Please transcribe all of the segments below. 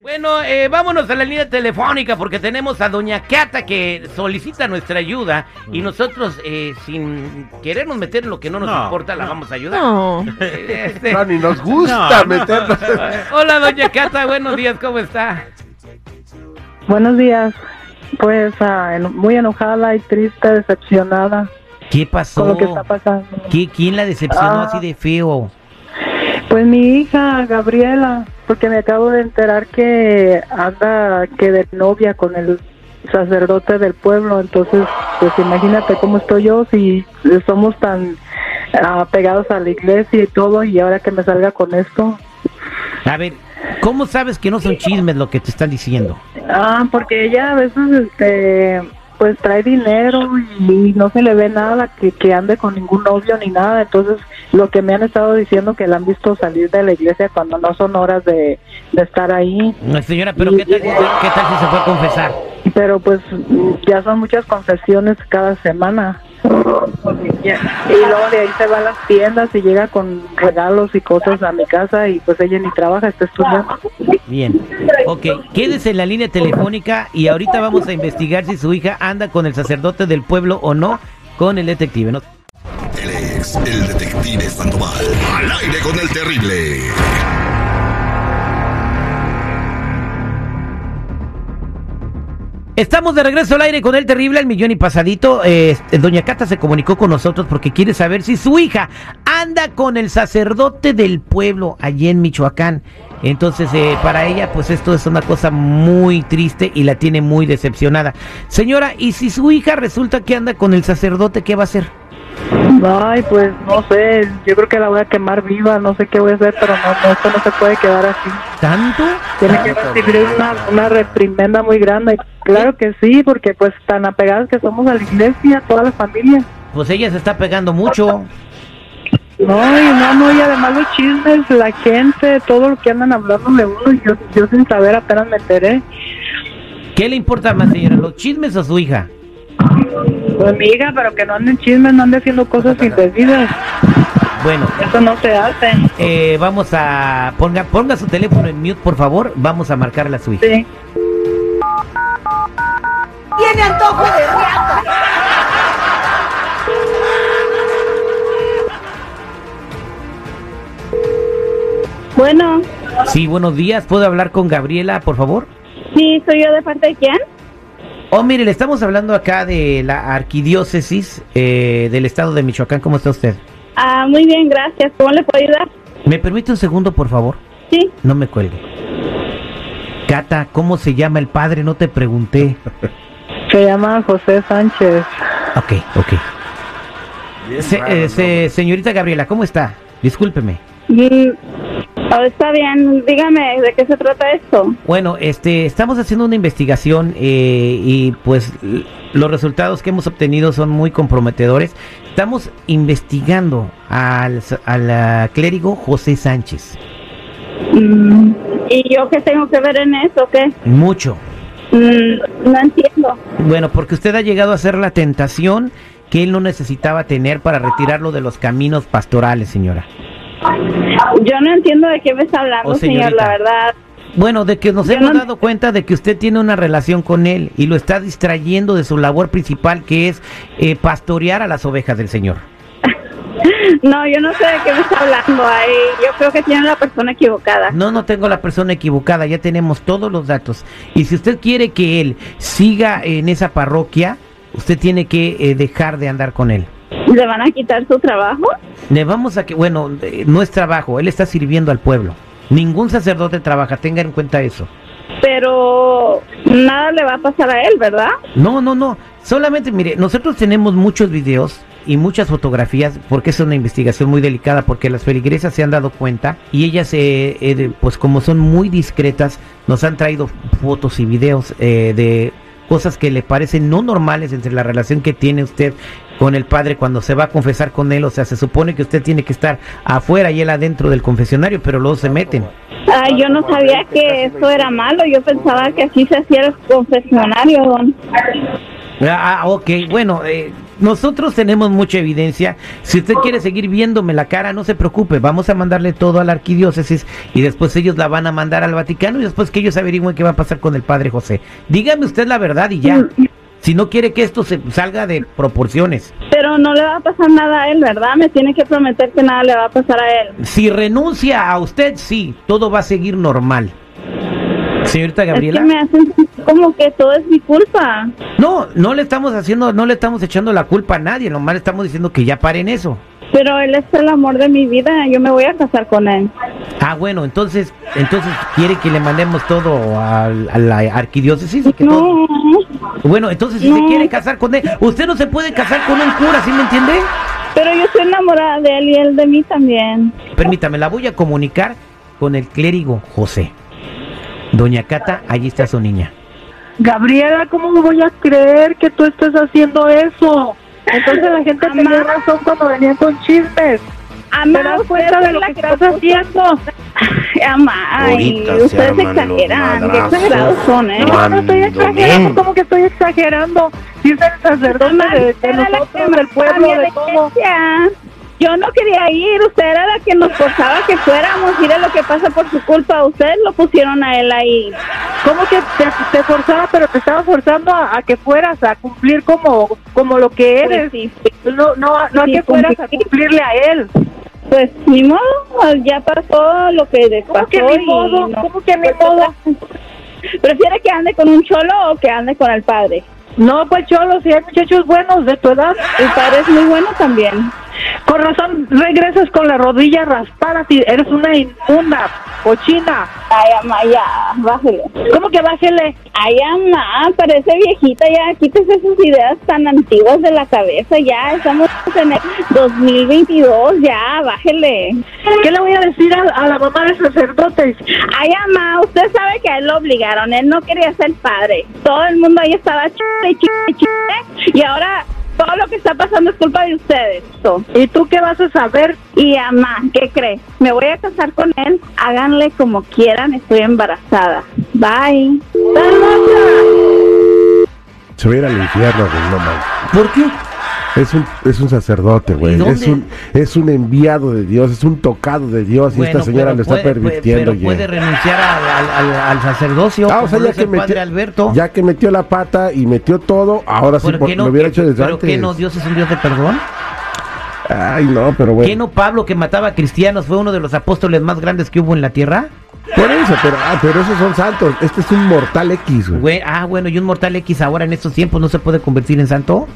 Bueno, eh, vámonos a la línea telefónica porque tenemos a Doña Cata que solicita nuestra ayuda y nosotros, eh, sin querernos meter en lo que no nos No, importa, la no. vamos a ayudar. No. Eh, este, No, ni nos gusta No, no. meternos. Hola, Doña Cata, buenos días, ¿cómo está? Buenos días. Pues ah, eno- muy enojada y triste, decepcionada ¿Qué pasó? con lo que está pasando. ¿Quién la decepcionó Ah. así de feo? Pues mi hija, Gabriela, porque me acabo de enterar que anda que de novia con el sacerdote del pueblo. Entonces, pues imagínate cómo estoy yo si somos tan ah, pegados a la iglesia y todo y ahora que me salga con esto. A ver, ¿cómo sabes que no son chismes lo que te están diciendo? Ah, porque ella a veces, este, pues trae dinero y no se le ve nada que, que ande con ningún novio ni nada. Entonces, lo que me han estado diciendo que la han visto salir de la iglesia cuando no son horas de, de estar ahí. Ay, Señora, pero ¿qué tal, qué tal si se fue a confesar? Pero pues ya son muchas confesiones cada semana. Y luego de ahí se va a las tiendas y llega con regalos y cosas a mi casa y pues ella ni trabaja, está estudiando. Bien. Ok, quédese en la línea telefónica y ahorita vamos a investigar si su hija anda con el sacerdote del pueblo o no con el detective. ¿no? Él es el detective Sandoval. Al aire con el terrible. Estamos de regreso al aire con el terrible al millón y pasadito. Eh, Doña Cata se comunicó con nosotros porque quiere saber si su hija anda con el sacerdote del pueblo allí en Michoacán. Entonces, eh, para ella, pues esto es una cosa muy triste y la tiene muy decepcionada. Señora, ¿y si su hija resulta que anda con el sacerdote, qué va a hacer? Ay, pues no sé, yo creo que la voy a quemar viva, no sé qué voy a hacer, pero no, no, esto no se puede quedar así. ¿Tanto? Tiene que recibir una, una reprimenda muy grande. Claro que sí, porque pues tan apegadas que somos a la iglesia, toda la familia. Pues ella se está pegando mucho. No, y no, no, y además los chismes, la gente, todo lo que andan hablando de uno, yo, yo sin saber apenas me enteré. ¿Qué le importa más, señora? ¿Los chismes o su hija? Pues amiga, pero que no anden chismes, no anden haciendo cosas indebidas, Bueno, eso no se hace. eh, vamos a... Ponga, ponga su teléfono en mute, por favor. Vamos a marcarle a su hija. Sí. Tiene antojo de rato. Bueno, Sí, buenos días. ¿Puedo hablar con Gabriela, por favor? sí, soy yo de parte de quién? Oh, mire, le estamos hablando acá de la arquidiócesis eh, del estado de Michoacán. ¿Cómo está usted? Ah, muy bien, gracias. ¿Cómo le puedo ayudar? ¿Me permite un segundo, por favor? Sí, No me cuelgue. Cata, ¿cómo se llama el padre? No te pregunté. Se llama José Sánchez. Ok, ok. Bien Se- raro, eh, ¿no? se- señorita Gabriela, ¿cómo está? Discúlpeme. mm, oh, está bien. Dígame, ¿de qué se trata esto? Bueno, este, estamos haciendo una investigación eh, y pues l- los resultados que hemos obtenido son muy comprometedores. Estamos investigando al, s- al ah, clérigo José Sánchez. Mm, ¿Y yo qué tengo que ver en eso? ¿Qué? Mucho. Mm, no entiendo. Bueno, porque usted ha llegado a ser la tentación que él no necesitaba tener para retirarlo de los caminos pastorales, señora. Yo no entiendo de qué me está hablando, Oh, señor, señorita. la verdad. Bueno, de que nos Yo hemos no- dado cuenta de que usted tiene una relación con él y lo está distrayendo de su labor principal que es eh, pastorear a las ovejas del Señor. No, yo no sé de qué me está hablando. Ay, yo creo que tiene la persona equivocada. No, no tengo la persona equivocada, ya tenemos todos los datos. Y si usted quiere que él siga en esa parroquia, usted tiene que eh, dejar de andar con él. ¿Le van a quitar su trabajo? Le vamos a que, bueno, eh, no es trabajo, él está sirviendo al pueblo. Ningún sacerdote trabaja, tenga en cuenta eso. Pero nada le va a pasar a él, ¿verdad? No, no, no. Solamente, mire, nosotros tenemos muchos videos y muchas fotografías porque es una investigación muy delicada porque las feligresas se han dado cuenta y ellas, eh, eh, de- pues como son muy discretas, nos han traído fotos y videos eh, de cosas que le parecen no normales entre la relación que tiene usted con el padre cuando se va a confesar con él. O sea, se supone que usted tiene que estar afuera y él adentro del confesionario, pero luego se meten. Ay, yo no sabía que eso era malo. Yo pensaba que así se hacía el confesionario, don. Ah, ah, ok, bueno, eh, Nosotros tenemos mucha evidencia. Si usted quiere seguir viéndome la cara, no se preocupe. Vamos a mandarle todo a la arquidiócesis y después ellos la van a mandar al Vaticano y después que ellos averigüen qué va a pasar con el padre José. Dígame usted la verdad y ya. Si no quiere que esto se salga de proporciones. Pero no le va a pasar nada a él, ¿verdad? Me tiene que prometer que nada le va a pasar a él. Si renuncia a usted, sí, todo va a seguir normal. Señorita Gabriela. Es que me hacen sentir como que todo es mi culpa. No, no le estamos haciendo, no le estamos echando la culpa a nadie, nomás le estamos diciendo que ya paren eso. Pero él es el amor de mi vida, yo me voy a casar con él. Ah, bueno, entonces, entonces quiere que le mandemos todo al- a, la arquidiócesis y que todo- No, Bueno, entonces si se No. quiere casar con él, usted no se puede casar con un cura, ¿sí me entiende? pero yo estoy enamorada de él y él de mí también. Permítame, la voy a comunicar con el clérigo José. Doña Cata, allí está su niña. Gabriela, ¿cómo voy a creer que tú estés haciendo eso? Entonces la gente tenía razón cuando venían con chismes. ¿Te Amá, das usted cuenta de es pues, lo la que que estás propuso- haciendo? Amá, ay, Ahorita se ustedes arman los exageran, qué madrazos. exagerados son, ¿eh? No, no estoy Cuando exagerando, menos. ¿cómo que estoy exagerando? Si es el sacerdote Mamá, de, de usted era la que nosotros, del marcaba pueblo, mi de todo. advertencia. Yo no quería ir, usted era la que nos forzaba que fuéramos, mire lo que pasa por su culpa, ustedes lo pusieron a él ahí. ¿Cómo que te, te forzaba, pero te estaba forzando a, a que fueras a cumplir como, como lo que Pues eres? sí, No, no, a- no a Sí, que fueras a cumplí. cumplirle a él. Pues ni modo, ya pasó lo que les ¿Cómo pasó. que ni y modo? no. Pues, ¿Cómo que ni modo? ¿Prefiere que ande con un cholo o que ande con el padre? No, pues cholo, si hay muchachos buenos de tu edad, El padre es muy bueno también. con razón regresas con la rodilla raspada, si eres una inmunda, cochina. Ay, ama, ya, bájele. ¿Cómo que bájele? Ay, ama, parece viejita ya, quítese sus ideas tan antiguas de la cabeza, ya, estamos en el 2022, ya, bájele. ¿Qué le voy a decir a, a la mamá del sacerdote? Ay, ama, usted sabe que a él lo obligaron, él no quería ser padre. Todo el mundo ahí estaba ch y ch- ch- y ahora todo lo que está pasando es culpa de ustedes. So, ¿Y tú qué vas a saber? Y ama, ¿qué cree? Me voy a casar con él, háganle como quieran, estoy embarazada. Bye. Se va a ir al infierno, güey, no mames. ¿Por qué? Es un, es un sacerdote, ¿Y güey. dónde? Es un, es un enviado de Dios, es un tocado de Dios. y esta señora pero lo está puede- puede- permitiendo, pero güey. puede renunciar al, al- al- al sacerdocio, Ah, o como sea, lo ya hizo que, el padre metió, Alberto. ya que metió la pata y metió todo, ahora sí ¿Pero por- qué no- lo hubiera hecho desde ¿Pero qué antes. no? ¿Dios es un Dios de perdón? Ay, no, pero ¿Qué bueno. no Pablo que mataba a cristianos fue uno de los apóstoles más grandes que hubo en la tierra? Por eso, pero, ah, pero esos son santos. Este es un mortal X, güey. Güey, ah, bueno, y un mortal X ahora en estos tiempos no se puede convertir en santo.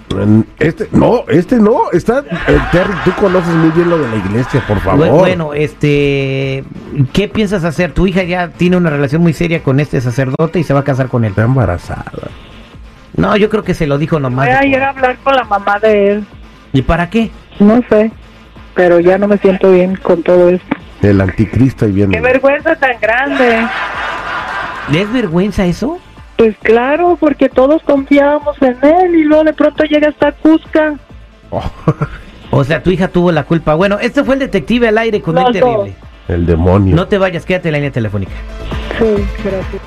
Este, no, este no. Está, eh, Terry, tú conoces muy bien lo de la iglesia, por favor. Bue- Bueno, este, ¿qué piensas hacer? Tu hija ya tiene una relación muy seria con este sacerdote y se va a casar con él. Está embarazada. No, yo creo que se lo dijo nomás. Voy a ir a hablar con la mamá de él. ¿Y para qué? No sé, pero ya no me siento bien con todo esto. El anticristo ahí viene. Qué vergüenza tan grande. ¿Le es vergüenza eso? Pues claro, porque todos confiábamos en él y luego de pronto llega hasta Cusca. Oh, O sea, tu hija tuvo la culpa. Bueno, este fue el detective al aire con el Los terrible. el demonio. No te vayas, quédate en la línea telefónica. Sí, gracias.